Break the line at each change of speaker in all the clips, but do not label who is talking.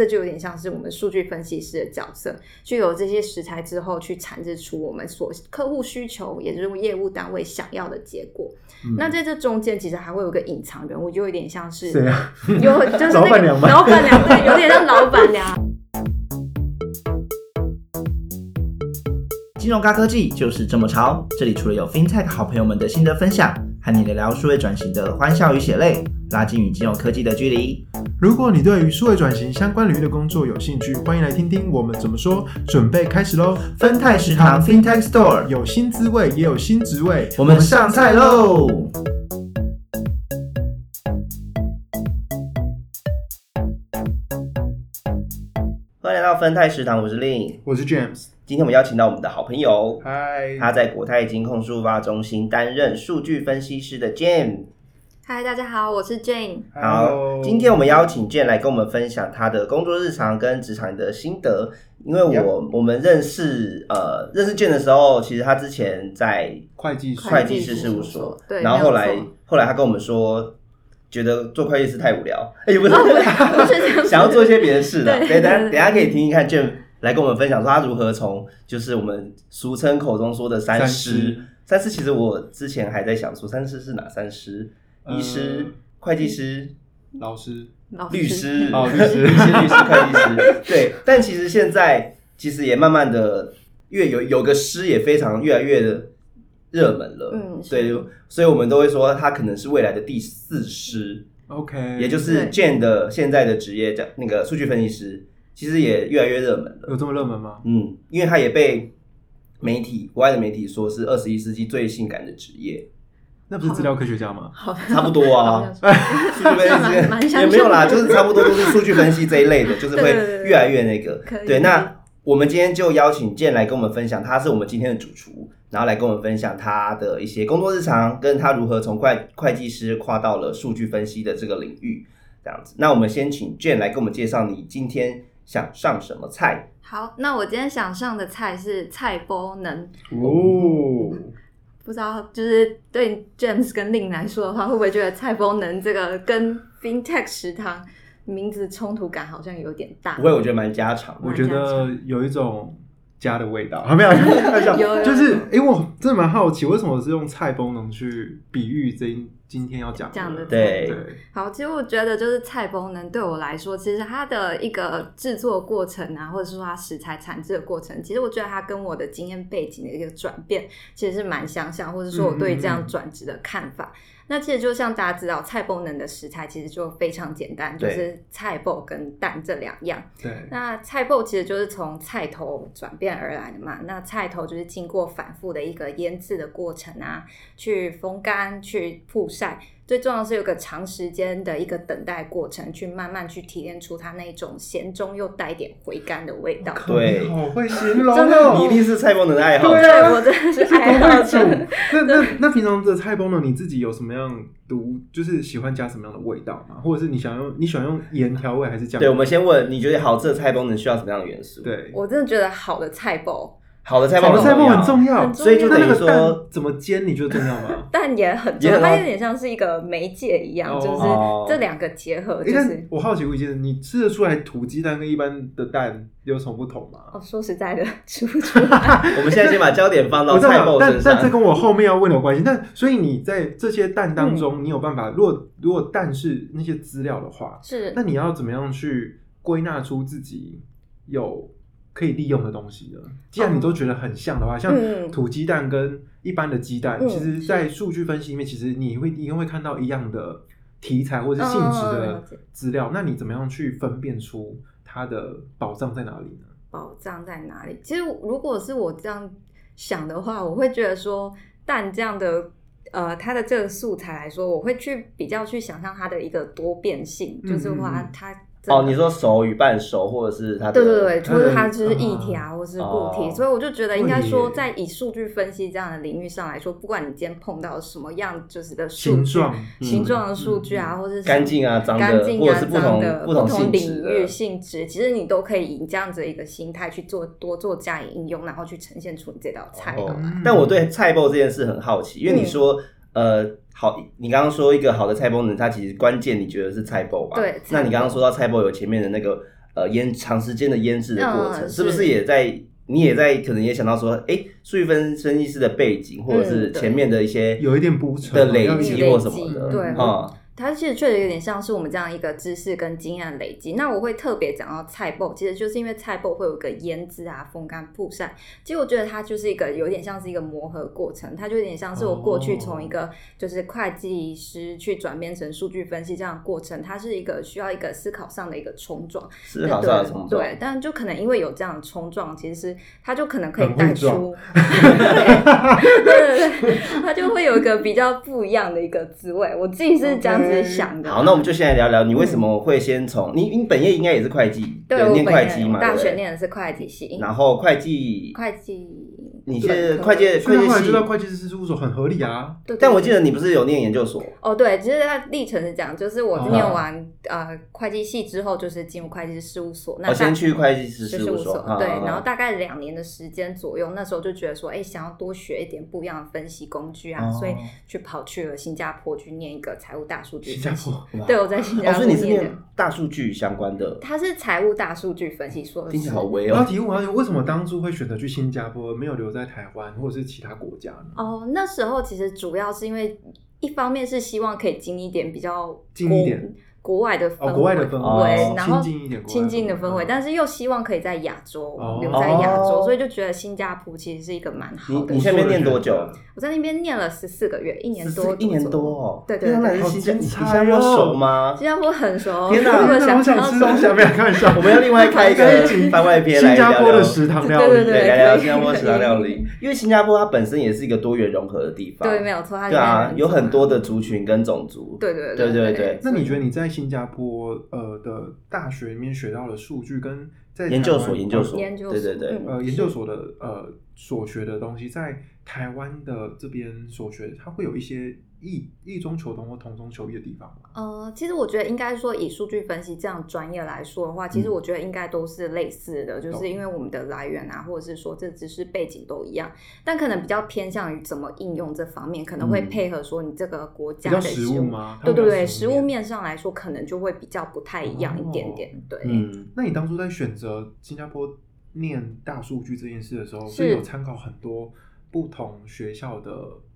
这就有点像是我们数据分析师的角色，具有这些食材之后，去产制出我们所客户需求，也就是业务单位想要的结果。
嗯
那在这中间，其实还会有个隐藏人物，就有点像是
谁啊？
有就是那
老板
个
娘吗
老板娘，对，有点像老板娘。
金融高科技就是这么潮，这里除了有 FinTech 好朋友们的心得分享，和你聊聊数位转型的欢笑与血泪，拉近与金融科技的距离。
如果你对于数位转型相关领域的工作有兴趣，欢迎来听听我们怎么说。准备开始喽！
分泰食堂 FinTech Store，
有新滋味，也有新职位，
我们上菜喽！欢迎来到分泰食堂，我是令。
我是 James，
今天我们邀请到我们的好朋友，
嗨，
他在国泰金控数发中心担任数据分析师的 Jam。
嗨，大家好，我是 Jane。
好，今天我们邀请 Jane 来跟我们分享她的工作日常跟职场的心得。因为我
Yep
我们认识呃认识 Jane 的时候，其实她之前在
会计师
会计师事务所，
对
然后后来
没有错
后来她跟我们说，觉得做会计师太无聊，哎、
不
不是，
是这样子
想要做一些别的事的。
对
等一下
对
等一下可以听听看 Jane 来跟我们分享说她如何从就是我们俗称口中说的三
三
师
师，
三师其实我之前还在想说三师是哪三师，医师、会计师。
老师，
老
律师
哦律师
律师、律师、会计师，对。但其实现在其实也慢慢的越有有个师也非常越来越的热门了，
嗯是
对，所以我们都会说他可能是未来的第四师，
OK，
也就是
对
Jane 的现在的职业叫那个数据分析师，其实也越来越热门了，
有这么热门吗？
嗯，因为他也被媒体国外的媒体说是二十一世纪最性感的职业，
那不是资料科学家吗？
好，
差不多 啊。数据
蛮
分
蛮
析
相
也没有啦，
像的
就是差不多都是数据分析这一类的，就是会
对对对对
越来越那个
可。以
对，那我们今天就邀请健来跟我们分享，他是我们今天的主厨，然后来跟我们分享他的一些工作日常，跟他如何从会会计师跨到了数据分析的这个领域，这样子。那我们先请健来跟我们介绍你今天想上什么菜。
好，那我今天想上的菜是菜包能，
哦，
不知道就是对 James 跟令来说的话，会不会觉得菜包能这个跟 FinTech 食堂名字冲突感好像有点大？
不会，我觉得蛮家常的。
啊我觉得有一种家的味
哦
道，没有，开玩笑
有有
就是因为我真的蛮好奇，为什么是用菜包能去比喻这一今天要讲
讲的
对
对，
好，其实我觉得就是菜包能对我来说，其实它的一个制作过程啊，或者是说它食材产制的过程，其实我觉得它跟我的经验背景的一个转变，其实是蛮相像，或者说我对这样转职的看
嗯
法。那其实就像大家知道，菜包能的食材其实就非常简单，就
对
是菜包跟蛋这两样。
对，
那菜脯其实就是从菜头转变而来的嘛。那菜头就是经过反复的一个腌制的过程啊，去风干、去曝晒，最重要的是有个长时间的一个等待过程，去慢慢去提炼出它那种咸中又带一点回甘的味道。
对
你好会形容
真
哦，
的
你一 定是菜包能的爱好
对
者。
啊
对我真的是
这
爱
不
好
会煮
者。。
那那那平常的菜包呢？你自己有什么样独，就是喜欢加什么样的味道吗？或者是你想用你喜欢用盐调味还是酱？
对，我们先问，你觉得好吃的菜包能需要什么样的元素？，
对，
我真的觉得好的菜脯，
好的菜包
炒
能
的菜包很重要
很，重
所以就
那
等
那
于
个
说
蛋怎么煎，你觉得重要 吗？
但也很重
也
要，
很好
它有点像是一个媒介一样，
哦
就是这两个结合，
诶
就
但
是。
我好奇一件事，你吃得出来土鸡蛋跟一般的蛋有什么不同吗？
哦，说实在的， 吃不出来。
我们现在先把焦点放到
我知
菜
道，
包
但
身
但这
上。
跟我后面要问的有关系。但所以你在这些蛋当中，你有办法？如果如果蛋是那些资料的话，
是
那你要怎么样去归纳出自己有可以利用的东西呢？既然你都觉得很像的话，像
嗯
土鸡蛋跟一般的鸡蛋，
嗯
其实，在数据分析里面，其实你会一定会看到一样的题材或是性质
哦了
的
解
资料。那你怎么样去分辨出它的宝藏在哪里呢？
宝藏哦在哪里？其实如果是我这样想的话，我会觉得说蛋这样的呃，它的这个素材来说，我会去比较去想象它的一个多变性，
嗯
就是话
嗯嗯
它真的
哦，你说熟与半熟，或者是它的
对对对，就是
它的
它就是液体啊，或是固体，
哦
所以我就觉得应该说，
对耶
在以数据分析这样的领域上来说，不管你今天碰到什么样就是的数
形
据
状、嗯
形状的数据啊，或者是
干净啊、脏的，
干净
或
啊
者是、不
脏
同
的
不同性质
领域
的。
性质，其实你都可以以这样子的一个心态去做多做加以应用，然后去呈现出你这道菜
哦
的嗯来。
嗯
但我对菜包这件事很好奇，因为你说、呃好，你刚刚说一个好的菜包呢，它其实关键你觉得是菜包吧？
对菜
那你
包
刚刚说到菜包有前面的那个呃腌长时间的腌制的过程，
嗯
是不
是
是也在你也在可能也想到说，哎，数据分分析师的背景或者是
嗯对
前面的一些
有一点补偿
的累
要
积
有
或
累
什么
积
的，
对
啊，
它其实确实有点像是我们这样一个知识跟经验的累积。那我会特别讲到菜爆，其实就是因为菜爆会有个腌制啊、风干、曝晒。其实我觉得它就是一个有点像是一个磨合过程，它就有点像是我过去
哦
从一个就是会计师去转变成数据分析这样的过程，它是一个需要一个思考上的一个冲撞。
思考上的冲撞。
对，但就可能因为有这样的冲撞，其实他就可能可以
很会
带出，对对对对，他就会有一个比较不一样的一个滋味。我自己是这样子想的。嗯
好，那我们就先来聊聊你为什么会先从你你本业应该也是会计，
对我
念
本
会
人
计嘛，
大
对不
学
对
念的是会计系，
然后会计，
会计
你
本
是
科
会计
所以
会
他后来
计
就
系
到，会计师事务所很合 理啊。
对，对
但我记得你不是有念研究所，
哦，对，其实它历程是这样，就是我
哦
念完、呃会计系之后，就是进入会计师事务所。那
我哦先
大
去会计师
就
事
是
务
务
所，啊
对，
啊啊
然后大概两年的时间左右，那时候就觉得说，哎，想要多学一点不一样的分析工具啊，
哦
所以去跑去了新加坡去念一个财务大数据
新加
分析。
坡
哇
对，我在新
哦，
加
所
坡
以你是
念的
念，大数据相关的，
它是财务大数据分析硕
听起
士
来。好微
我要
哦。
提问，我要提问为什么当初会选择去新加坡，没有留在台湾或者是其他国家呢？
哦，那时候其实主要是因为一方面是希望可以近一点比较
近
国
一点
国外的氛
哦，国外的氛围，
哦
然
亲
后
近一点，
亲近的氛围，但
是
是又希望可以在亚洲、
哦
留在亚洲，
哦
所以就觉得新加坡其实是一个蛮好的
你。现在念多久
我在那边念了十四个月，一年
14
多，
一年多。哦，
对对对
天哪那你
好
是新加
精
你
彩
新加坡
哦
熟吗？
新加坡很熟，
天哪
如果
我想
要
吃东西，没有开玩笑，
我们要另外开一个
新
番外篇来
新
聊
加坡
聊
的食堂料理，
对 对
对，
对
聊聊
可以
新加坡食堂料
可
理，因为新加坡它本身也是一个多元融合的地方，
对，没有错，它里
对
面
啊，有
多
很多的族群跟种族，
对对
对对
对
对
那你觉得你在新加坡呃的大学里面学到的数据，跟在
研究所
台湾
研究所，
研究
对
所
对对，
嗯
呃研究所的呃所学的东西，在台湾的这边所学，它会有一些异异中求同或同中求异的地方吗？
呃，其实我觉得应该说，以数据分析这样专业来说的话，其实
嗯
我觉得应该都是类似的，就
懂
是因为我们的来源啊，或者是说这知识背景都一样，但可能比较偏向于怎么应用这方面，可能会
嗯
配合说你这个国
比
家
较
的
实
食
物
物。
吗？
对对对，
食
食物。面上来说，可能就会比较不太一样一点点。对，
嗯，
那你当初在选择新加坡念大数据这件事的时候，
是
是有参考很多不同学校的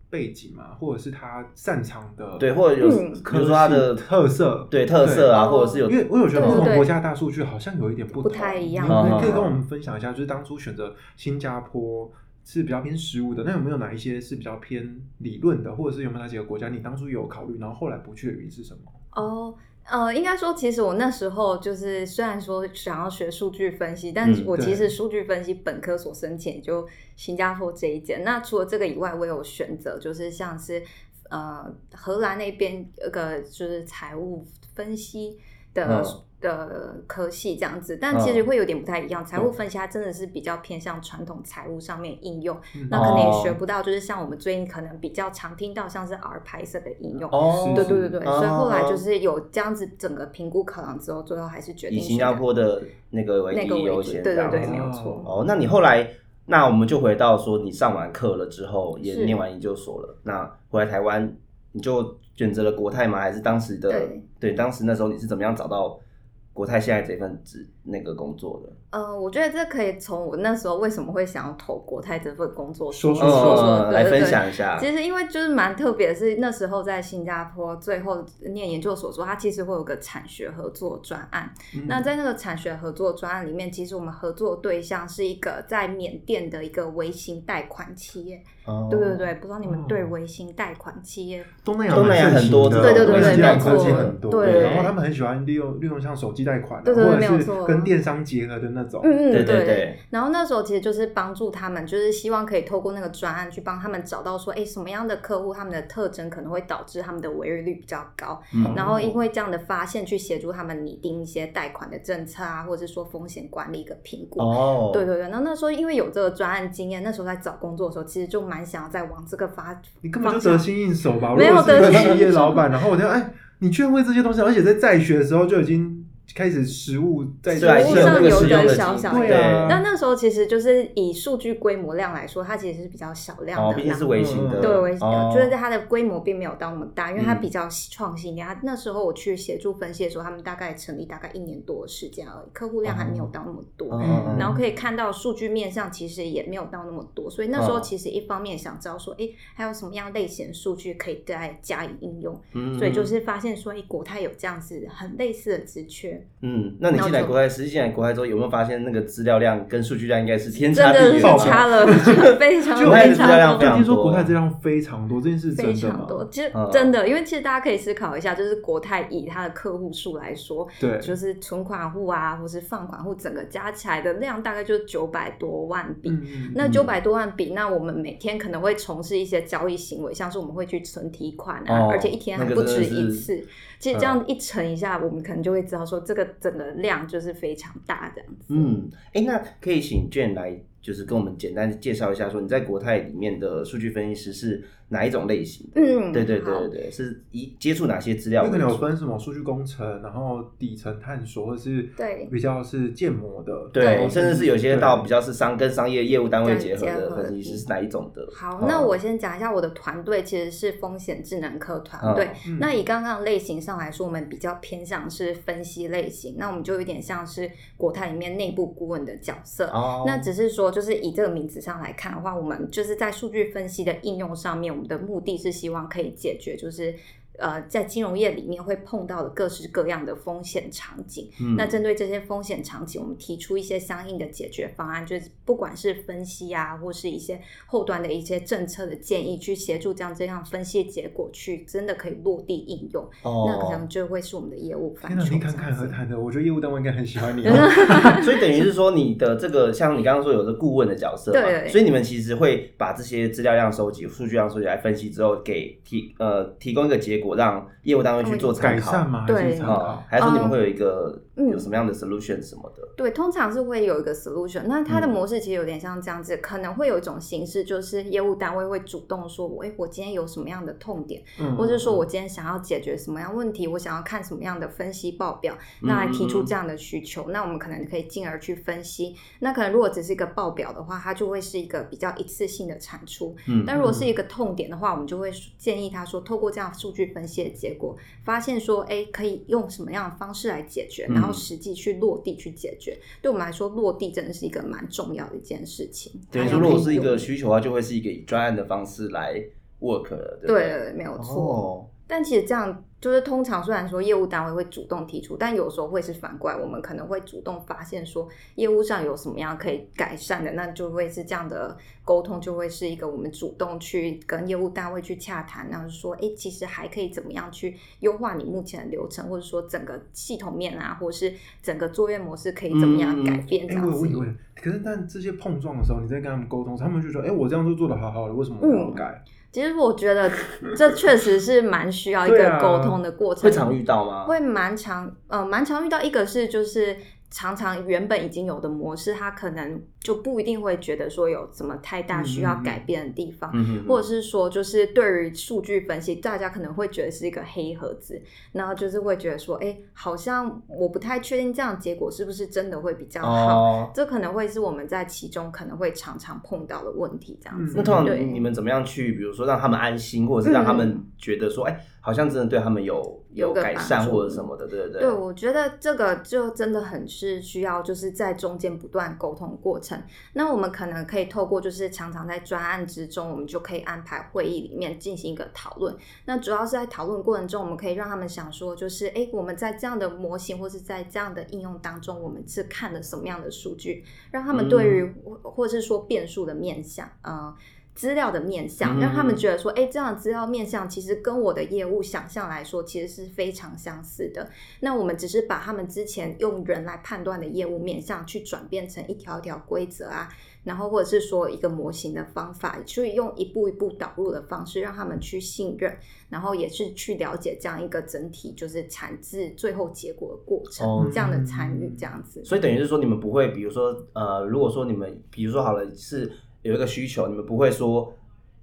背景吗？或者是他擅长的
对，或者有
嗯
比如说它的
科系特色？
对特色啊，
对
或者是有
因为我有觉得不
对对
同
对
国家的大数据好像有一点不同
不太一样
你
嗯
可以可以跟我们分享一下，就是当初选择新加坡是比较偏实务的，那有没有哪一些是比较偏理论的，或者是有没有哪几个国家你当初有考虑，然后后来不去的原因是什么？
哦，呃，应该说，其实我那时候就是虽然说想要学数据分析，但
嗯
我其
对
实数据分析本科所申请就新加坡这一间。那除了这个以外，我有选择就是像是呃荷兰那边那个就是财务分析的。
嗯
的科系这样子，但其实
嗯
会有点不太一样。财务
懂
分析它真的是比较偏向传统财务上面应用，
嗯
那可能也
哦
学不到，就是像我们最近可能比较常听到像是 R 拍摄的应用。
哦，
对对对对，所以后来就
哦
是有这样子整个评估考量之后，最后还是决定
以
选
新加坡的那个为
那
第
个
一优
为主，
先，
对对
这样
对，
子
没有
哦
错。
哦，那你后来，那我们就回到说，你上完课了之后，也
是
念完研究所了，那回来台湾，你就选择了国泰吗？还是当时的
对
当时那时候你是怎么样找到国泰现在这份职那个工作的？
呃，我觉得这可以从我那时候为什么会想要投国泰这份工作
说
说说
说
嗯
对
来
对
分
对
享一下。
其实因为就是蛮特别，是那时候在新加坡最后念研究所说，它其实会有个产学合作专案。
嗯
那在那个产学合作专案里面，其实我们合作对象是一个在缅甸的一个微型贷款企业。
哦
对对，对，不知道你们对
哦
微型贷款企业
东南亚
东南亚
蛮盛
很多
行的
这种
对对对
东南亚
没
科技
错
很多，
对
然后他们很喜欢利用利用像手机贷款啊，
对对对
或
没有
者是
错
跟电商结合的那种，
嗯嗯，
对
对
对，
然后那时候其实就是帮助他们，就是希望可以透过那个专案去帮他们找到说，哎，什么样的客户他们的特征可能会导致他们的违约率比较高，
嗯
然后因为这样的发现去协助他们拟定一些贷款的政策啊，或者是说风险管理一个评估。
哦，
对对对，然后那时候因为有这个专案经验，那时候在找工作的时候，其实就蛮想要再往这个发
你根本就
方向
得心应手吧？
没有
如果是一个
得心应手
企业老板，然后我就哎，你居然会这些东西，而且在在学的时候就已经开始食物在
对
对，
食物
是啊有
上
那个
有
使用
点
的
小
机
小
的
对
对啊
那那时候其实就是以数据规模量来说，它其实是比较小量的
哦
啦，，
毕竟是微型的，
嗯
对，我也是
哦
觉得它的规模并没有到那么大，因为它
嗯
比较创新一点。它那时候我去协助分析的时候，他们大概成立大概一年多的时间而已，客户量还
哦
没有到那么多。
嗯嗯
然后可以看到数据面上其实也没有到那么多，所以那时候
嗯
其实一方面想知道说，诶，还有什么样类型的数据可以再加以应用，
嗯
所以就是发现说，诶，国泰有这样子很类似的职缺，
嗯，那你进来国外，实际进来国外之后，有没有发现那个资料量跟数据量应该是天
真
差地
的
远
是
吧？
差了 非常
就
非
还是比较
常
量
多
非。常
听说
多
国泰质量非常多，这件事是
非
真的
常
吗？
多，其实
嗯
真的，因为其实大家可以思考一下，就是国泰以它的客户数来说，
对，
就是存款户啊，或是放款户，整个加起来的量大概就是九百多万笔。
嗯
那
嗯
九百多万笔，那我们每天可能会从事一些交易行为，像是我们会去存提款啊，
哦
而且一天还
那个
不
真
止
的
一
是嗯
次。其实这样一乘一下，我们可能就会知道说，这个整个量就是非常大这样子。
嗯，哎，那可以请卷来，就是跟我们简单介绍一下，说你在国泰里面的数据分析师是哪一种类型的？
嗯
对对
好
对对对，是一接触哪些资料
那
为
可能有
主？
分什么数据工程，然后底层探索，或是
对
比较是建模的，嗯
对
甚至是有些到比
较。
较是商跟商业业务单位结合
对结
的
合
分析师是哪一种的？
好，
嗯
那我先讲一下我的团队其实是风险智能科团
嗯
队。
嗯
那以刚刚的类型上来说，我们比较偏向是分析类型，那我们就有点像是国泰里面内部顾问的角色。
哦，
那只是说，就是以这个名字上来看的话，我们就是在数据分析的应用上面，我们的目的是希望可以解决，就是呃，在金融业里面会碰到的各式各样的风险场景。
嗯
那针对这些风险场景，我们提出一些相应的解决方案，就是不管是分析啊，或是一些后端的一些政策的建议，去协助将这样分析的结果去真的可以落地应用，那可能
哦，
就会是我们的业务范
天哪，
畴。
你侃侃而。谈的，我觉得业务单位应该很喜 欢你哦。
所以等于是说你的这个像你刚刚说有个顾问的角色嘛，
对对
所以你们其实会把这些资料量收集、数据量收集来分析之后给提呃提供一个结果，让业务单位去做参
改
考。
善吗？还
对
是参
哦
考，？
还是说你们会有一个、
嗯
有什么样的 solution 什么的？
对，通常是会有一个 solution。那它的
嗯
模式其实有点像这样子，可能会有一种形式，就是业务单位会主动说：“我，哎，我今天有什么样的痛点，
嗯
或者说我今天想要解决什么样问题，我想要看什么样的分析报表，
嗯
那来提出这样的需求。那我们可能可以进而去分析。那可能如果只是一个报表的话，它就会是一个比较一次性的产出。
嗯
但如果是一个痛点的话，我们就会建议他说，透过这样数据分析的结果，发现说，哎，可以用什么样的方式来解决，
嗯
然后实际去落地去解决。对我们来说，落地真的是一个蛮重要的一件事情。
等于
还
说，
有
如果
可以
是一个
用
需求的话，就会是一个以专案的方式来 work 了，对不
对，
对？
对没有错。
哦，
但其实这样就是通常虽然说业务单位会主动提出，但有时候会是反过来，我们可能会主动发现说业务上有什么样可以改善的，那就会是这样的沟通，就会是一个我们主动去跟业务单位去洽谈，然后说，哎，其实还可以怎么样去优化你目前的流程，或者说整个系统面啊，或是整个作业模式可以怎么样改变这
哎，我
样
有
子。
问你问，可是但这些碰撞的时候，你在跟他们沟通，他们就说，哎，我这样做做的好好的，为什么我要
嗯
改？
其实我觉得这确实是蛮需要一
对
个
啊
沟通的过程，
会常遇到吗？
会蛮常呃蛮常遇到一个是就是常常原本已经有的模式，他可能就不一定会觉得说有什么太大需要改变的地方。
嗯
或者
者
是说，就是对于数据分析，大家可能会觉得是一个黑盒子，然后就是会觉得说，哎，好像我不太确定这样的结果是不是真的会比较好。
哦，
这可能会是我们在其中可能会常常碰到的问题，这样子。
嗯那通常
对嗯
你们怎么样去，比如说让他们安心，或者是让他们觉得说，哎、好像真的对他们有
有个
改善
帮助
或者什么的，对不对？
对，我觉得这个就真的很是需要，就是在中间不断沟通过程。那我们可能可以透过，就是常常在专案之中，我们就可以安排会议里面进行一个讨论。那主要是在讨论过程中，我们可以让他们想说，就是诶，我们在这样的模型或是在这样的应用当中，我们是看了什么样的数据，让他们对于、或或是说变数的面向，呃。资料的面向，
嗯
让他们觉得说，哎诶，这样的资料面向其实跟我的业务想象来说，其实是非常相似的。那我们只是把他们之前用人来判断的业务面向，去转变成一条一条规则啊，然后或者是说一个模型的方法，去用一步一步导入的方式，让他们去信任，然后也是去了解这样一个整体，就是产自最后结果的过程，
哦
这样的参与，这样子。
所以等于是说，你们不会，比如说，呃，如果说你们，比如说好了，是有一个需求，你们不会说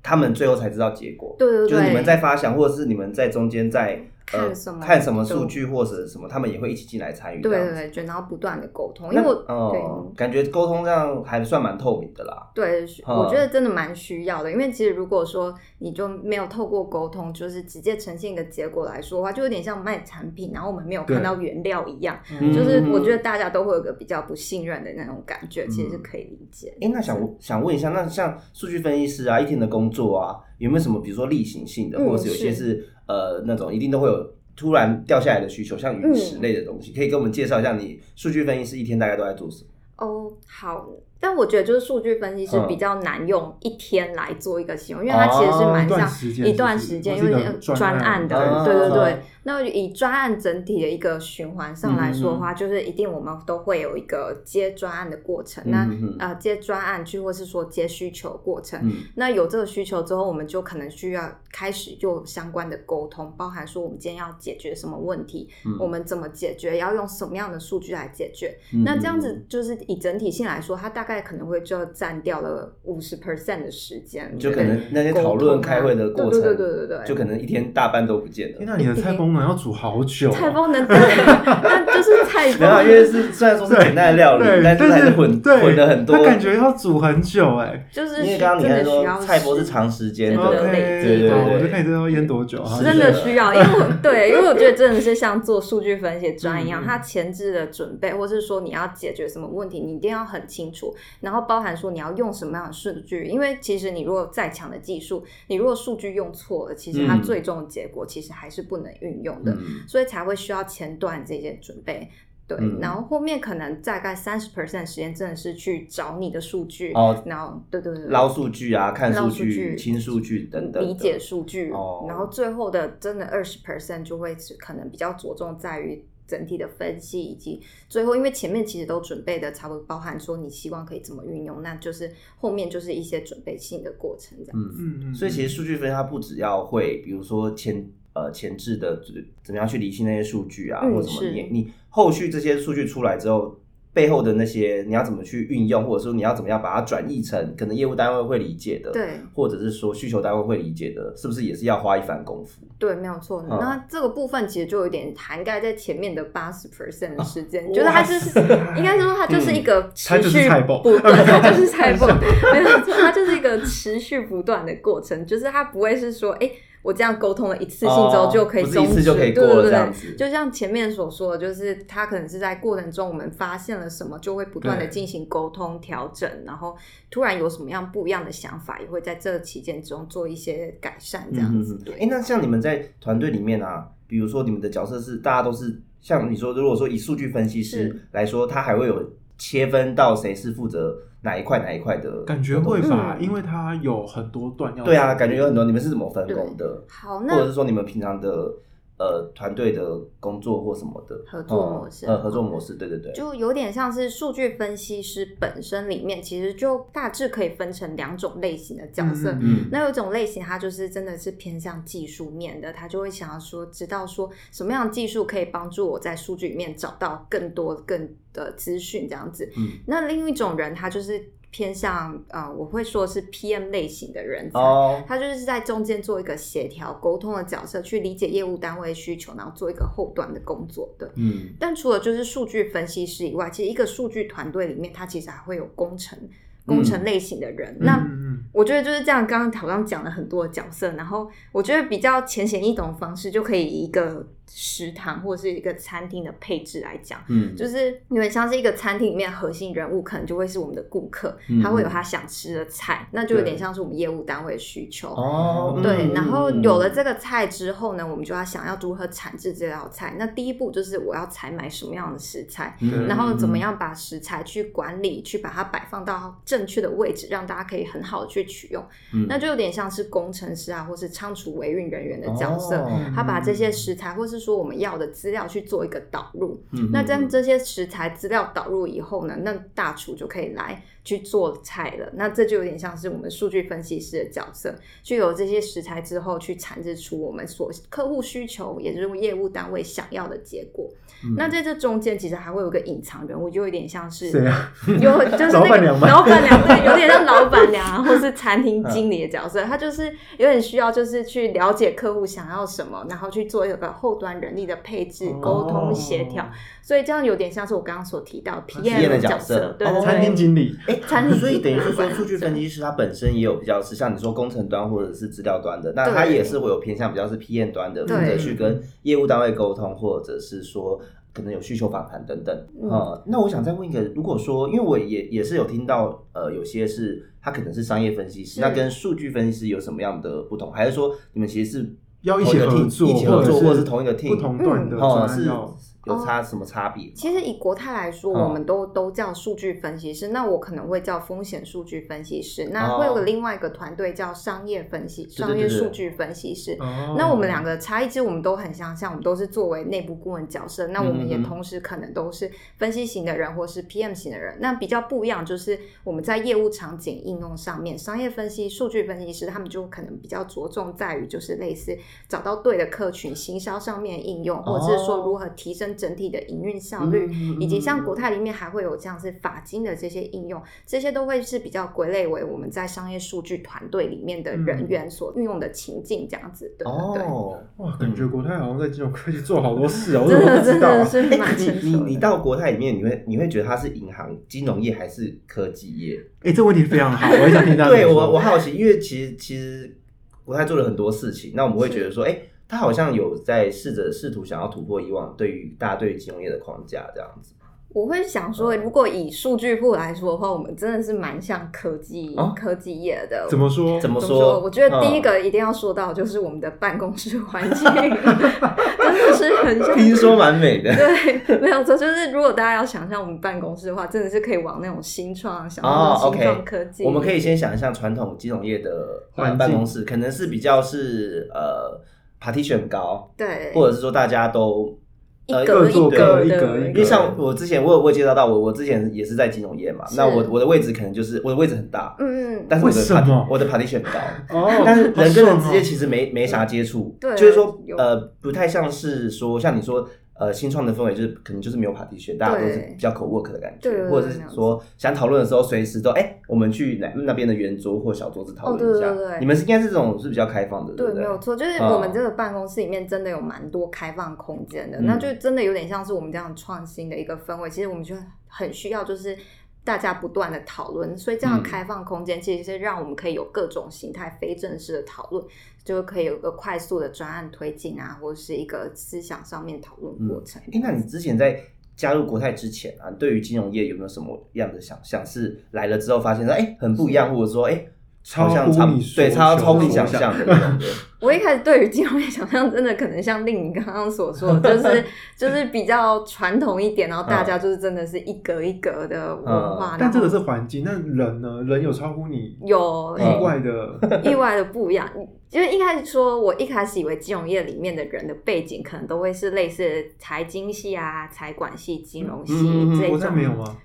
他们最后才知道结果，
对对对，
就是你们在发想，或者是你们在中间在呃
看什么
看什么数
都
据或者什么，他们也会一起进来参与。
对
这样
对
子
对，就然后不断的沟通，因
那
为我、
哦，感觉沟通上还算蛮透明的啦。
对对，
嗯
我觉得真的蛮需要的，因为其实如果说你就没有透过沟通，就是直接呈现一个结果来说的话，就有点像卖产品，然后我们没有看
对
到原料一样，
嗯
就是我觉得大家都会有个比较不信任的那种感觉，其实是可以理解的。
哎，那想问想问一下，那像数据分析师啊，一天的工作啊，有没有什么比如说例行性的，
嗯
或者是有些是呃那种一定都会有突然掉下来的需求，像
嗯
陨石类的东西，可以跟我们介绍一下你数据分析师一天大概都在做什么？
哦，好，但我觉得就是数据分析是
嗯
比较难用一天来做一个形容，因为它其实
哦
是蛮
一段时
像
间
一段
是不是
时间，
哦
因为
这个
是专
专
案
案
的，对
对
对对
哦。
那以专案整体的一个循环上
嗯
来说的话，就是一定我们都会有一个接专案的过程，那
嗯嗯嗯
呃接专案去，或是说接需求过程。
嗯，
那有这个需求之后，我们就可能需要开始就相关的沟通，包含说我们今天要解决什么问题，
嗯
我们怎么解决，要用什么样的数据来解决。
嗯
那这样子就是以整体性来说，它大概可能会就占掉了五十 percent 的时间，
就可
对
能那些讨论开会的过程，
啊对对对对对对
就可能一天大半都不见
哎，
了。
那你的菜风能要煮好久、哦
菜包能， 但就是菜
没有啊，
包
因为是虽然说是简单的料理，
对，
但是还是混
对
混了很多。
他感觉要煮很久哎、
就是
因为刚刚你
真
还
的需
说
要
菜博是
时
长时间
真的
的，
累
OK，
积
对对
好
对
我就看你这要腌多久啊？
是
真的需要，因为 我对，因为我觉得真的是像做数据分析专一样，
嗯
它前置的准备，或是说你要解决什么问题，你一定要很清楚，然后包含说你要用什么样的数据，因为其实你如果再强的技术，你如果数据用错了，其实它
嗯
最终的结果其实还是不能运用的，
嗯
所以才会需要前段这些准备。对，
嗯
然后后面可能大概三十 percent 时间真的是去找你的数据，
哦
然后对对对，对
捞数据啊，看
捞
数
数据
据、清数据等等的。
理解数据，
哦
然后最后的真的二十 percent 就会是可能比较着重在于整体的分析，以及最后因为前面其实都准备的差不多，包含说你希望可以怎么运用，那就是后面就是一些准备性的过程这样。
嗯，
嗯嗯，
所以其实数据分析它不只要会，比如说前呃前置的怎怎么样去理清那些数据啊，
嗯
或者什么，
是
你你后续这些数据出来之后。背后的那些你要怎么去运用，或者说你要怎么样把它转译成可能业务单位会理解的，
对
或者是说需求单位会理解的，是不是也是要花一番功夫？
对，没有错。
嗯
那这个部分其实就有点涵盖在前面的八十 percent
啊
的时间，
哇
就是它就是应该说它就是一
嗯
个
它
持
就是
续
菜 包
不断，它就是菜包，没有错，它就是一个持续不断的过程，就是它不会是说哎。诶我这样沟通了一次性之后
哦
就可以
不是
终
一次
止，
就可以
对对
过了
对
这样子
对，就像前面所说的，就是它可能是在过程中我们发现了什么，就会不断的
对
进行沟通调整，然后突然有什么样不一样的想法，也会在这期间中做一些改善，这样子。对
哎、，那像你们在团队里面啊，比如说你们的角色是大家都是像你说，如果说以数据分析师
是
来说，他还会有切分到谁是负责哪一块哪一块的，
感觉会吧，
嗯
因为它有很多段要
对啊，
煮
感觉有很多你们是怎么分工的，
好，
或
那
者是说你们平常的呃团队的工作或什么的
合作模式
呃合作模式，对对对，
就有点像是数据分析师本身里面，其实就大致可以分成两种类型的角色。
嗯
那有一种类型，它就是真的是偏向技术面的，他就会想要说，知道说什么样的技术可以帮助我在数据里面找到更多更的资讯这样子。
嗯
那另一种人，他就是偏向呃，我会说是 PM 类型的人才。
哦，
他就是在中间做一个协调、沟通的角色，去理解业务单位需求，然后做一个后端的工作。对，
嗯
但除了就是数据分析师以外，其实一个数据团队里面，它其实还会有工程、
嗯
工程类型的人。
嗯
那
嗯嗯
我觉得就是这样，刚刚好像讲了很多的角色，然后我觉得比较浅显易懂的方式，就可以以一个食堂或是一个餐厅的配置来讲。
嗯，
就是有点像是一个餐厅里面的核心人物，可能就会是我们的顾客，
嗯
他会有他想吃的菜，那就有点
对
像是我们业务单位的需求。
哦，
对，
嗯
然后有了。
嗯嗯
这个菜之后呢，我们就要想要如何产制这道菜。那第一步就是我要采买什么样的食材，
嗯
然后怎么样把食材去管理，去把它摆放到正确的位置，让大家可以很好的去取用。
嗯
那就有点像是工程师啊，或是仓储维运人员的角色，
哦
他把这些食材，或是说我们要的资料去做一个导入。
嗯
那这样这些食材资料导入以后呢，那大厨就可以来去做菜了。那这就有点像是我们数据分析师的角色，具有这些食材之后，去产制出我们所客户需求，也就是业务单位想要的结果。
嗯
那在这中间，其实还会有一个隐藏人物，就有点像是
谁啊？
有就是
老
那
板
个
娘吗嗯
老板娘，对，有点像老板娘 啊或是餐厅经理的角色，他就是有点需要，就是去了解客户想要什么，然后去做一个后端人力的配置、沟通协调，所以这样有点像是我刚刚所提到
PM
PM
啊的
的
角
角
色
色，对
哦，
对
餐厅
对。
经理，
哎，
餐厅
所以等于是
主
说，
管
数据分析师他本身也有比较是像你说工程端或者是资料端的，那他
对
也是会有偏向比较是 PM 端的，负
对
责去跟业务单位沟通，或者是说可能有需求访谈等等。
嗯
呃，那我想再问一个，如果说因为我也也是有听到，呃，有些是他可能是商业分析师，
是
那跟数据分析师有什么样的不同？还是说你们其实是
要一
同
起
个
合
team，
作，
一起合作，或
或
者是同一个 team，
不同段的
哦
专
是
案要
有
哦
差什么差别吗？
其实以国泰来说，
哦
我们都都叫数据分析师，那我可能会叫风险数据分析师，那
哦
会有个另外一个团队叫商业分析、
对
商
对
业
对
数据分析师。
哦
那我们两个差异，其实我们都很相像，我们都是作为内部顾问角色。那我们也
嗯嗯嗯
同时可能都是分析型的人，或是 PM 型的人。那比较不一样就是我们在业务场景应用上面，商业分析、数据分析师他们就可能比较着重在于就是类似找到对的客群、行销上面应用，或者是说如何提升整体的营运效率。
哦嗯
以及像国泰里面还会有像是法金的这些应用，这些都会是比较归类为我们在商业数据团队里面的人员所运用的情境这样子，对对对。
哦，
哇，感觉国泰好像在金融科技做好多 事啊，我怎
真
么
的
不知
真
道
的
啊？
是蛮
哎你
成
你
熟
你
的。
到国泰里面，你会你会觉得它是银行、金融业还是科技业？
哎，这问题非常好，我也想听大家
对
怎么
我
说
我好奇，因为其实其实国泰做了很多事情，那我们会觉得说，哎、他好像有在试着试图想要突破以往对于大家对于金融业的框架这样子。
我会想
哦
说，如果以数据库来说的话，我们真的是蛮像科技、
哦
科技业的。
怎么说？
怎么
怎么
说？
我觉得第一
嗯、
个一定要说到就是我们的办公室环 境， 真的是很像
听说蛮美 的，
对，没有错，就是如果大家要想象我们办公室的话，真的是可以往那种新创，想象那
哦
种新创
，OK
科技。
我们可以先想象传统金融业的呃
环境
办公室，可能是比较是呃 partition 高，
对，
或者是说大家都
一
呃
格
各做
一
各
格
一
的
格一
那
因为
格
个
像我之前我有我有介绍到我我之前也是在金融业嘛，
是
那我我的位置可能就是我的位置很大，
嗯嗯
但是我的
为什么
part- 我的 partition 很高，
哦，
但是人跟人之间
好爽哦
其实没没啥接触，
对
就是说
有
呃不太像是说像你说呃新创的氛围就是可能就是没有 partition，大家都是比较 co work 的感
对
觉，
对
或者是
那样子
说想讨论的时候随时都哎我们去哪那边的圆桌或小桌子讨
哦
论
对
一下
对对对，
你们是应该是这种是比较开放的，
对，
不
没
对？
有错，就是
啊
我们这个办公室里面真的有蛮多开放空间的，
嗯
那就真的有点像是我们这样创新的一个氛围。其实我们就很需要，就是大家不断的讨论，所以这样的
嗯
开放空间其实是让我们可以有各种形态非正式的讨论，就可以有个快速的专案推进啊，或者是一个思想上面讨论过程。
哎，那你之前在加入国泰之前啊，对于金融业有没有什么样的想象？是来了之后发现说，哎，很不一样，或者说，哎，
哦超
好像
乎
差不
你所
对，超
求
超乎你
所
想
想
象的那种 的。
我一开始对于金融业想象，真的可能像令你刚刚所说，就是就是比较传统一点，然后大家就是真的是一格一格的文化。
嗯但这个
然后
是环境，那人呢？人有超乎你
有
嗯
意外 的，
意外的不一样。就是一开始说，我一开始以为金融业里面的人的背景可能都会是类似财经系啊、财管系、金融系
嗯嗯嗯
这
国
种。
泰没有啊吗？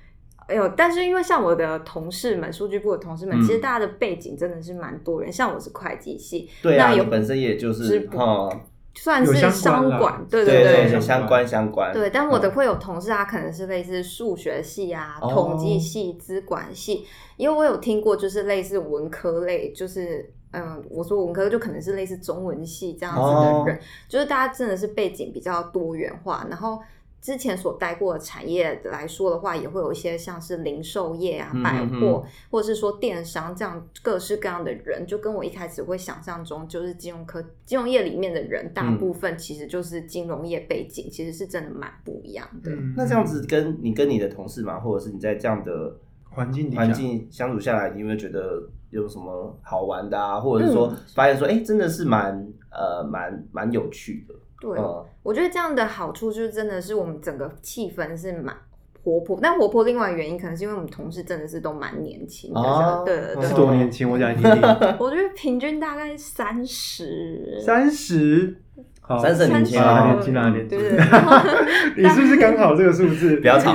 哎呦，但是因为像我的同事们，数据部的同事们，
嗯
其实大家的背景真的是蛮多元。像我是会计系，
对啊，
那
你
有
本身也就是是
不
哈，
算是
有相
商
关啦
管，对
对
对。
对，相关相关。嗯
对，但我的会有同事啊，可能是类似数学系啊、
哦
统计系、资管系，因为我有听过，就是类似文科类，就是嗯，我说文科就可能是类似中文系这样子
哦
的人，就是大家真的是背景比较多元化，然后。之前所待过的产业来说的话，也会有一些像是零售业啊、
嗯
百
嗯
货，或者是说电商这样各式各样的人，就跟我一开始会想象中，就是金融科金融业里面的人，大
嗯
部分其实就是金融业背景，其实是真的蛮不一样的。
嗯
那这样子跟你跟你的同事嘛，或者是你在这样的
环境底
嗯
下
环境相处下来，你有没有觉得有什么好玩的啊？
嗯
或者是说发现说，哎，真的是蛮呃蛮蛮有趣的。
对，
嗯，
我觉得这样的好处就是真的是我们整个气氛是蛮活泼，但活泼另外原因可能是因为我们同事真的是都蛮年轻的，
哦
对对
是
对，
多年轻，我讲你听听。
我觉得平均大概三十
三十，好，
三十很年轻
啊
啊
年，轻啊年轻
对对对
你是不是刚好这个数 字？
不要吵。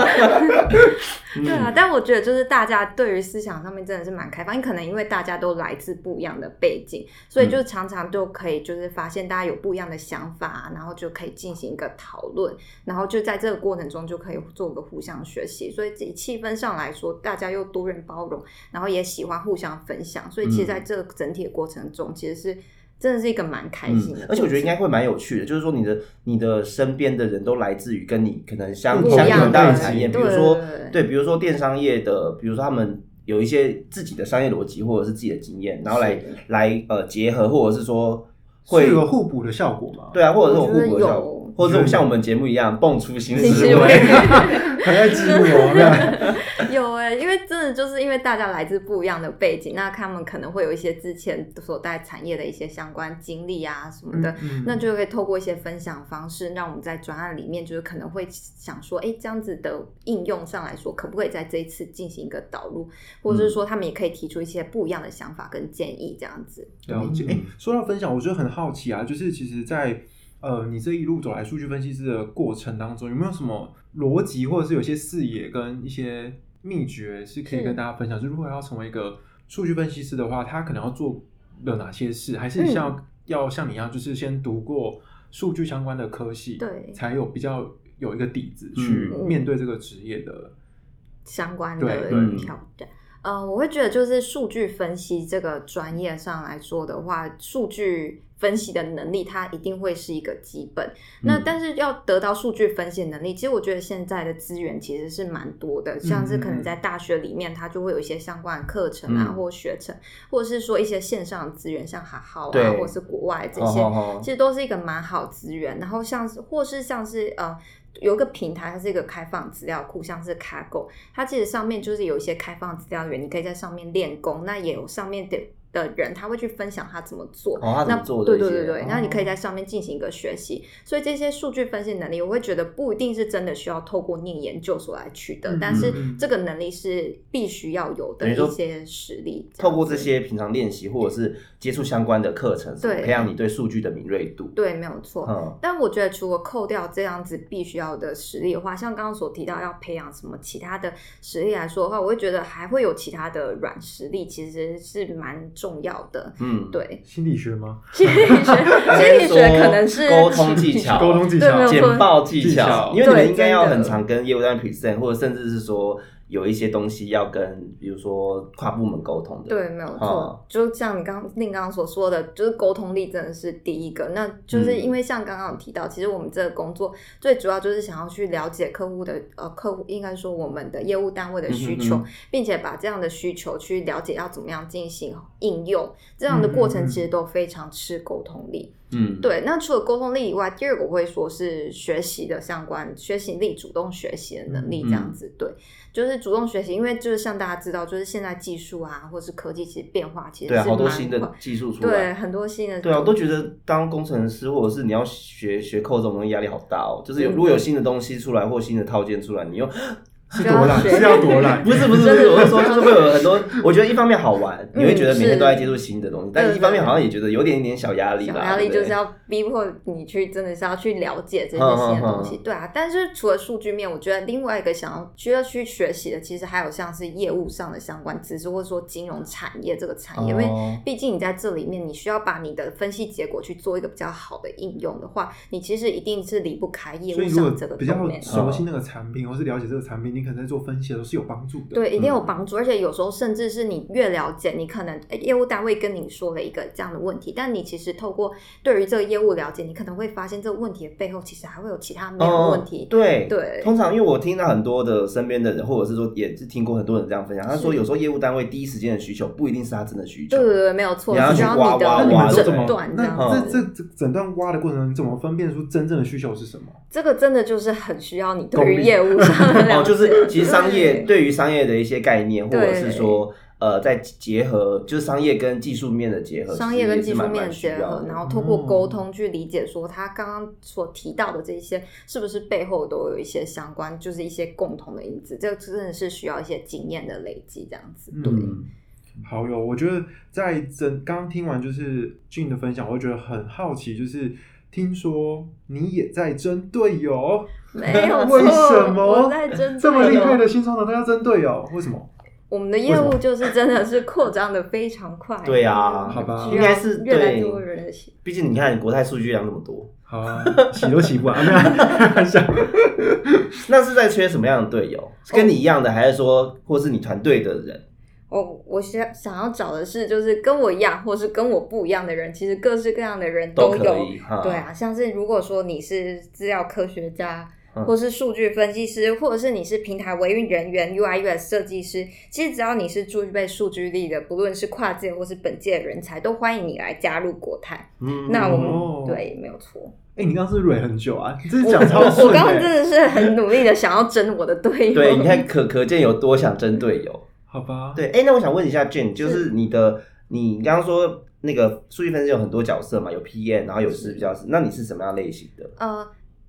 嗯
对啊，但我觉得就是大家对于思想上面真的是蛮开放，你可能因为大家都来自不一样的背景，所
嗯
以就常常就可以就是发现大家有不一样的想法，然后就可以进行一个讨论，然后就在这个过程中就可以做个互相学习，所以自己气氛上来说，大家又多元包容，然后也喜欢互相分享，所以
嗯
其实在这个整体的过程中，其实是真的是一个蛮开心的、
嗯而且我觉得应该会蛮有趣的，就是说你的你的身边的人都来自于跟你可能相
不一
相
样的
同大的
背景
产业，比
对
如说
对对
对，比如说电商业的，比如说他们有一些自己的商业逻辑或者是自己的经验，然后来
是
来呃结合，或者是说
是
会
有互补的效果嘛？
对啊，或者是
我
我
觉得
互补的效果
有
或者是像我们节目一样蹦出新
新
思
思
维
维。
很爱激怒我 们。
有哎、因为真的就是因为大家来自不一样的背景，那他们可能会有一些之前所在产业的一些相关经历啊什么的，
嗯
那就可以透过一些分享方式，让我们在专案里面就是可能会想说，哎、这样子的应用上来说，可不可以在这一次进行一个导入，或者是说他们也可以提出一些不一样的想法跟建议，这样子。
了
嗯
解。哎、说到分享，我就很好奇啊，就是其实在，呃你这一路走来数据分析师的过程当中，有没有什么逻辑或者是有些视野跟一些秘诀是可以跟
嗯
大家分享？就如果要成为一个数据分析师的话，他可能要做了哪些事？还是像、
嗯
要像你一样，就是先读过数据相关的科系，
对
才有比较有一个底子去
嗯
面对这个职业的。
相关
对
的
对
挑战。呃，我会觉得就是数据分析这个专业上来说的话，数据分析的能力它一定会是一个基本。那
嗯
但是要得到数据分析的能力，其实我觉得现在的资源其实是蛮多的，像是可
嗯嗯
能在大学里面，它就会有一些相关的课程啊，
嗯
或学程，或者是说一些线上的资源，像哈好啊，
对
或者是国外这
哦
些，
哦哦
其实都是一个蛮好资源。然后像是或是像是呃。有一个平台，它是一个开放资料库，像是 Kago，它其实上面就是有一些开放资料源，你可以在上面练功。那也有上面的的人，他会去分享他怎么做。
哦他怎么
那
做
对
的一些
对对对，
哦
那你可以在上面进行一个学习。所以这些数据分析能力，我会觉得不一定是真的需要透过念研究所来取得，
嗯
但是
嗯嗯，
这个能力是必须要有的
等于说
一些实力。
透过
样
这
子
些平常练习，或者是接触相关的课程，
对
培养你对数据的敏锐度。
对，没有错。
嗯，
但我觉得，除了扣掉这样子必须要的实力的话，像刚刚所提到要培养什么其他的实力来说的话，我会觉得还会有其他的软实力，其实是蛮重要的。
嗯，
对
心理学吗？
心理学， 心理学可能是
沟通技巧
沟通技巧
对没有错
简报技
技
巧，
巧
因为你们
对
应该要
真的
很常跟业务单位 present，或者甚至是说有一些东西要跟，比如说跨部门沟通的。
对，没有错。
哦
就像你刚令刚刚所说的，就是沟通力真的是第一个。那
嗯
就是因为像刚刚有提到，其实我们这个工作最主要就是想要去了解客户的呃客户，应该说我们的业务单位的需求，
嗯哼
并且把这样的需求去了解要怎么样进行应用。这样的过
嗯嗯
程
嗯
其实都非常吃沟通力。
嗯，
对，那除了沟通力以外，第二个我会说是学习的相关学习力、主动学习的能力这
嗯
样子。对，就是主动学习，因为就是像大家知道，就是现在技术啊，或是科技其实变化其实
对啊，
是
好多
蛮
新
快
的技术出
对
来。
很多新的
对啊，我都觉得当工程师或者是你要学学扣这种东西压力好大哦，就是有
嗯
如果有新的东西出来或新的套件出来，你
啊
又
是多懒，
需要
是要多懒。
不是不是不是，我是说就是会有很多，我觉得一方面好玩，你会觉得每天
嗯是
都在接触新的东西，但一方面好像也觉得有点点小压力
小
啦，
压力
对
就
不
是
对
要逼迫你去，真的是要去了解这
嗯
些新
嗯
的东西。
嗯
对啊，但是除了数据面，我觉得另外一个想要需要去学习的，其实还有像是业务上的相关知识，或者说金融产业这个产业，因为
哦
毕竟你在这里面，你需要把你的分析结果去做一个比较好的应用的话，你其实一定是离不开业
所
务
以，如
上
果
这个
比较
domain
熟悉那个产品，或是了解这个产品，你可能在做分析的时候是有帮助的。
对，一定
嗯
有帮助。而且有时候甚至是你越了解，你可能哎诶业务单位跟你说了一个这样的问题，但你其实透过对于这个业务了解，你可能会发现这个问题的背后其实还会有其他没有问
哦
题。
对。
对，
通常，因为我听到很多的身边的人，或者是说也是听过很多人这样分享，他说
是
有时候业务单位第一时间的需求不一定是他真的需求
对，对对，没有错，
你要
只
去
要
挖
你
挖
那你
挖
的
们
这
是
诊
种
怎么？
断哦这样
嗯
子
那。这这整段挖的过程，你怎么分辨出真正的需求是什么？
这个真的就是很需要你对
功
于
力
业务上的了
哦，
解，
就是其实商业
对
对于商业的一些概念，或者是
对
说呃，在结合就是商业跟技术面的结合，
商
呃其
业
实
跟
也是
技术
蛮
面
蛮
的
需
结
要
合，
的
然后透过
嗯
沟通去理解，说他刚刚所提到的这些是不是背后都有一些相关，就是一些共同的因子，这个真的是需要一些经验的累积，这样子。对，
嗯好友。我觉得在整刚刚听完就是 Jin 的分享，我就觉得很好奇，就是听说你也在争队友，
没 有
为什
错
么
我在争
这么
队
厉
友
害的新创团队要争队友，为什么？
我们的业
为什
务
么
就是真的是扩张的非常快。
对啊
好吧
需
应
要
该是
越来
对
越多人的喜。
毕竟你看国泰数据量那么多，
好啊，洗都洗不完，没 有啊开玩笑。
那是在缺什么样的队友？是跟你一样的，还是说，或是你团队的人？
我我想想要找的是，就是跟我一样，或是跟我不一样的人，其实各式各样的人
都可
有。
以哈
对啊，像是如果说你是资料科学家，
嗯
或是数据分析师，或者是你是平台维运人员、UI/UX 设计师，其实只要你是具备数据力的，不论是跨界或是本界的人才，都欢迎你来加入国泰。
嗯
那我们、
哦
对，没有错。
哎、你刚刚是蕊很久啊，你这是
我
讲超
我
顺、
刚刚真
欸，
的是很努力的想要争我的队友。
对，你看可可见有多想争队友。
好吧？，
对，哎、那我想问一下 Jane，就是你的，你刚刚说那个数据分析有很多角色嘛，有 PM，然后有是比较是，那你是什么样类型的？
呃，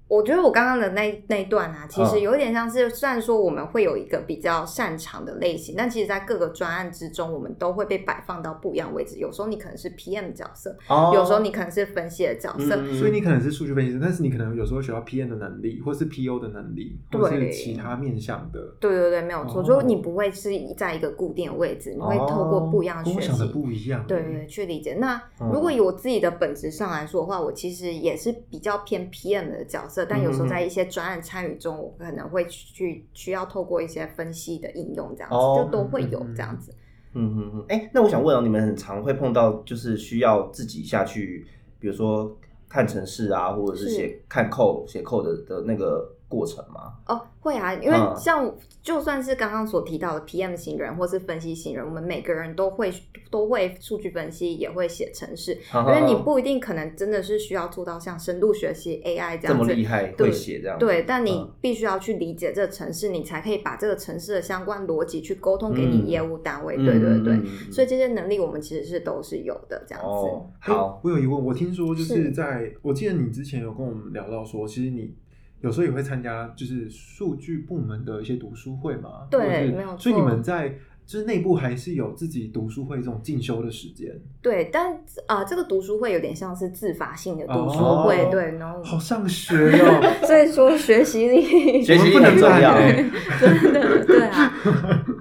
我觉得我刚刚的那那一段啊，其实
嗯
有点像是，虽然说我们会有一个比较擅长的类型，但其实在各个专案之中，我们都会被摆放到不一样位置。有时候你可能是 PM 角色，
哦
有时候你可能是分析的角
嗯
色。
所以你可能是数据分析师，但是你可能有时候需要 PM 的能力，或是 PO 的能力，或是
对
其他面向的。
对对对，没有错，
哦
就是你不会是在一个固定的位置，你会透过不一样的
跟
学
我
习，
想的不一样。欸哎
对对，对去理解。那
嗯
如果以我自己的本质上来说的话，我其实也是比较偏 PM 的角色，但有
嗯
时候在一些专案参与中，我可能会去需要透过一些分析的应用，这样子、
哦
就都会有
嗯嗯嗯
这样子。
嗯嗯嗯，哎、那我想问哦，你们很常会碰到就是需要自己下去，比如说看城市啊，或者是
是
写看扣写扣的的那个过程吗？
哦，会啊，因为
嗯
像就算是刚刚所提到的 PM 型人或是分析型人，我们每个人都会都会数据分析，也会写程式，
因
因为你不一定可能真的是需要做到像深度学习 AI 这
这
样
么
子，
厉害
对
会写这样子，
对，但你
嗯
必须要去理解这个城市，你才可以把这个城市的相关逻辑去沟通给你
嗯
业务单位。
嗯
对对
嗯
对，
嗯嗯
所以这些能力我们其实是都是有的，这样子。
哦，
诶
好，
我有疑问，我听说就是
是
在，我记得你之前有跟我们聊到说，其实你有时候也会参加就是数据部门的一些读书会嘛，
对
或者是
没有错
所以你们在就是内部还是有自己读书会这种进修的时间，
对，但啊、呃这个读书会有点像是自发性的读书
哦
会，对，然后。
好上学哦 哟、
所以说学习力
学习力
我们
很
不能
重要
懒。欸
真的对啊，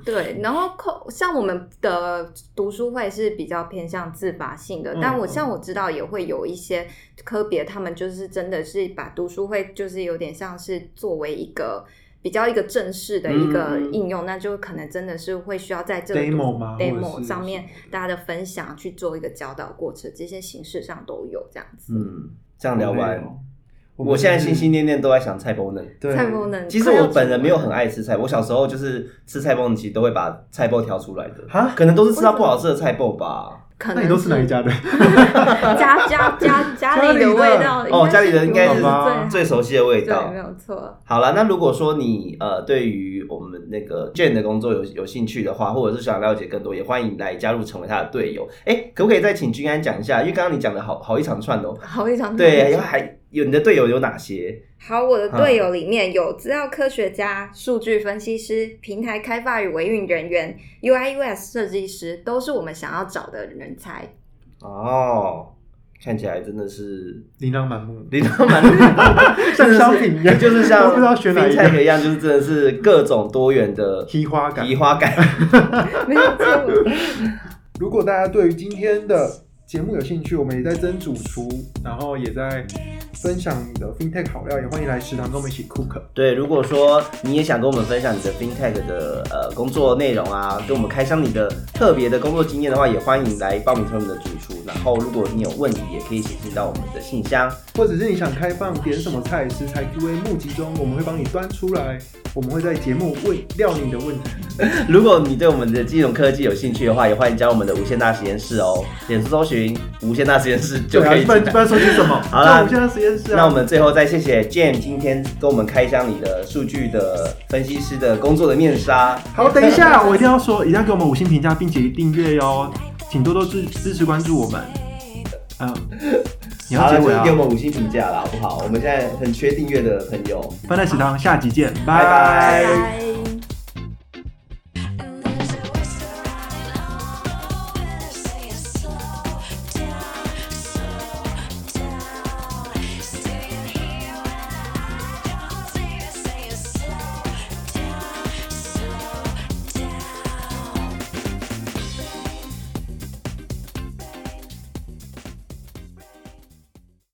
对。然后扣像我们的读书会是比较偏向自发性的，
嗯
但我
嗯
像我知道也会有一些科别，他们就是真的是把读书会就是有点像是作为一个。比较一个正式的一个
嗯
应用，那就可能真的是会需要在这个读
Demo 吗或者
demo
是
上面
什么
大家的分享去做一个教导过程，这些形式上都有这样子。
嗯，这样聊
好累
完，
哦们
我现在
就是
心心念念都在想菜包能。
对
蔡伯能，
其实我本人没有很爱吃菜，我小时候就是吃菜包，你其实都会把菜包挑出来的，
哈
可能都是吃到不好吃的菜包吧。
可
那
能
你都是哪一 家的？
家家家家里的味道
哦，家里的应该
是
是
最好
最熟悉的味道
嗯对，没。有错。
好了，那如果说你呃对于我们那个 Jane 的工作有有兴趣的话，或者是想了解更多，也欢迎来加入成为他的队友。哎、可不可以再请君安讲一下？因为刚刚你讲的好好一长串哦。
好一场
对，然后还嗯有你的队友有哪些？
好，我的队友里面有资料科学家、数据分析师、平台开发与维运人员、UI/US 设计师，都是我们想要找的人才。
哦，看起来真的是
琳琅满目，
领导 蛮厉害
像商品一样
就是
我
像
不知道选哪一个
FinTech 一样，就是真的是各种多元的
提花感
提。花感。
没有错，
如果大家对于今天的节目有兴趣，我们也在争主厨，然后也在分享你的 FinTech 好料，也欢迎来食堂跟我们一起 cook。
对，如果说你也想跟我们分享你的 FinTech 的呃工作内容啊，跟我们开箱你的特别的工作经验的话，也欢迎来报名成为我们的主厨。然后，如果你有问题，也可以写信到我们的信箱。
或者是你想开放点什么菜，食材 Q&A 募集中，我们会帮你端出来，我们会在节目问料你的问题。
如果你对我们的金融科技有兴趣的话，也欢迎加入我们的无限大实验室哦。脸书搜寻“无限大实验室”就可以
对啊
进
不
来。
然不然说些什么？
好啦
那我们现在实验室啊，
那我们最后再谢谢 Jam 今天跟我们开箱你的数据的分析师的工作的面纱。
好，等一下，我一定要说，一定要给我们五星评价，并且订阅哟，请多多支支持关注我们。嗯，你要
好
结
了，就
尾
是
啊
给！我们五星评价啦，好不好？我们现在很缺订阅的朋友。
番菜食堂下集见，
拜拜
拜。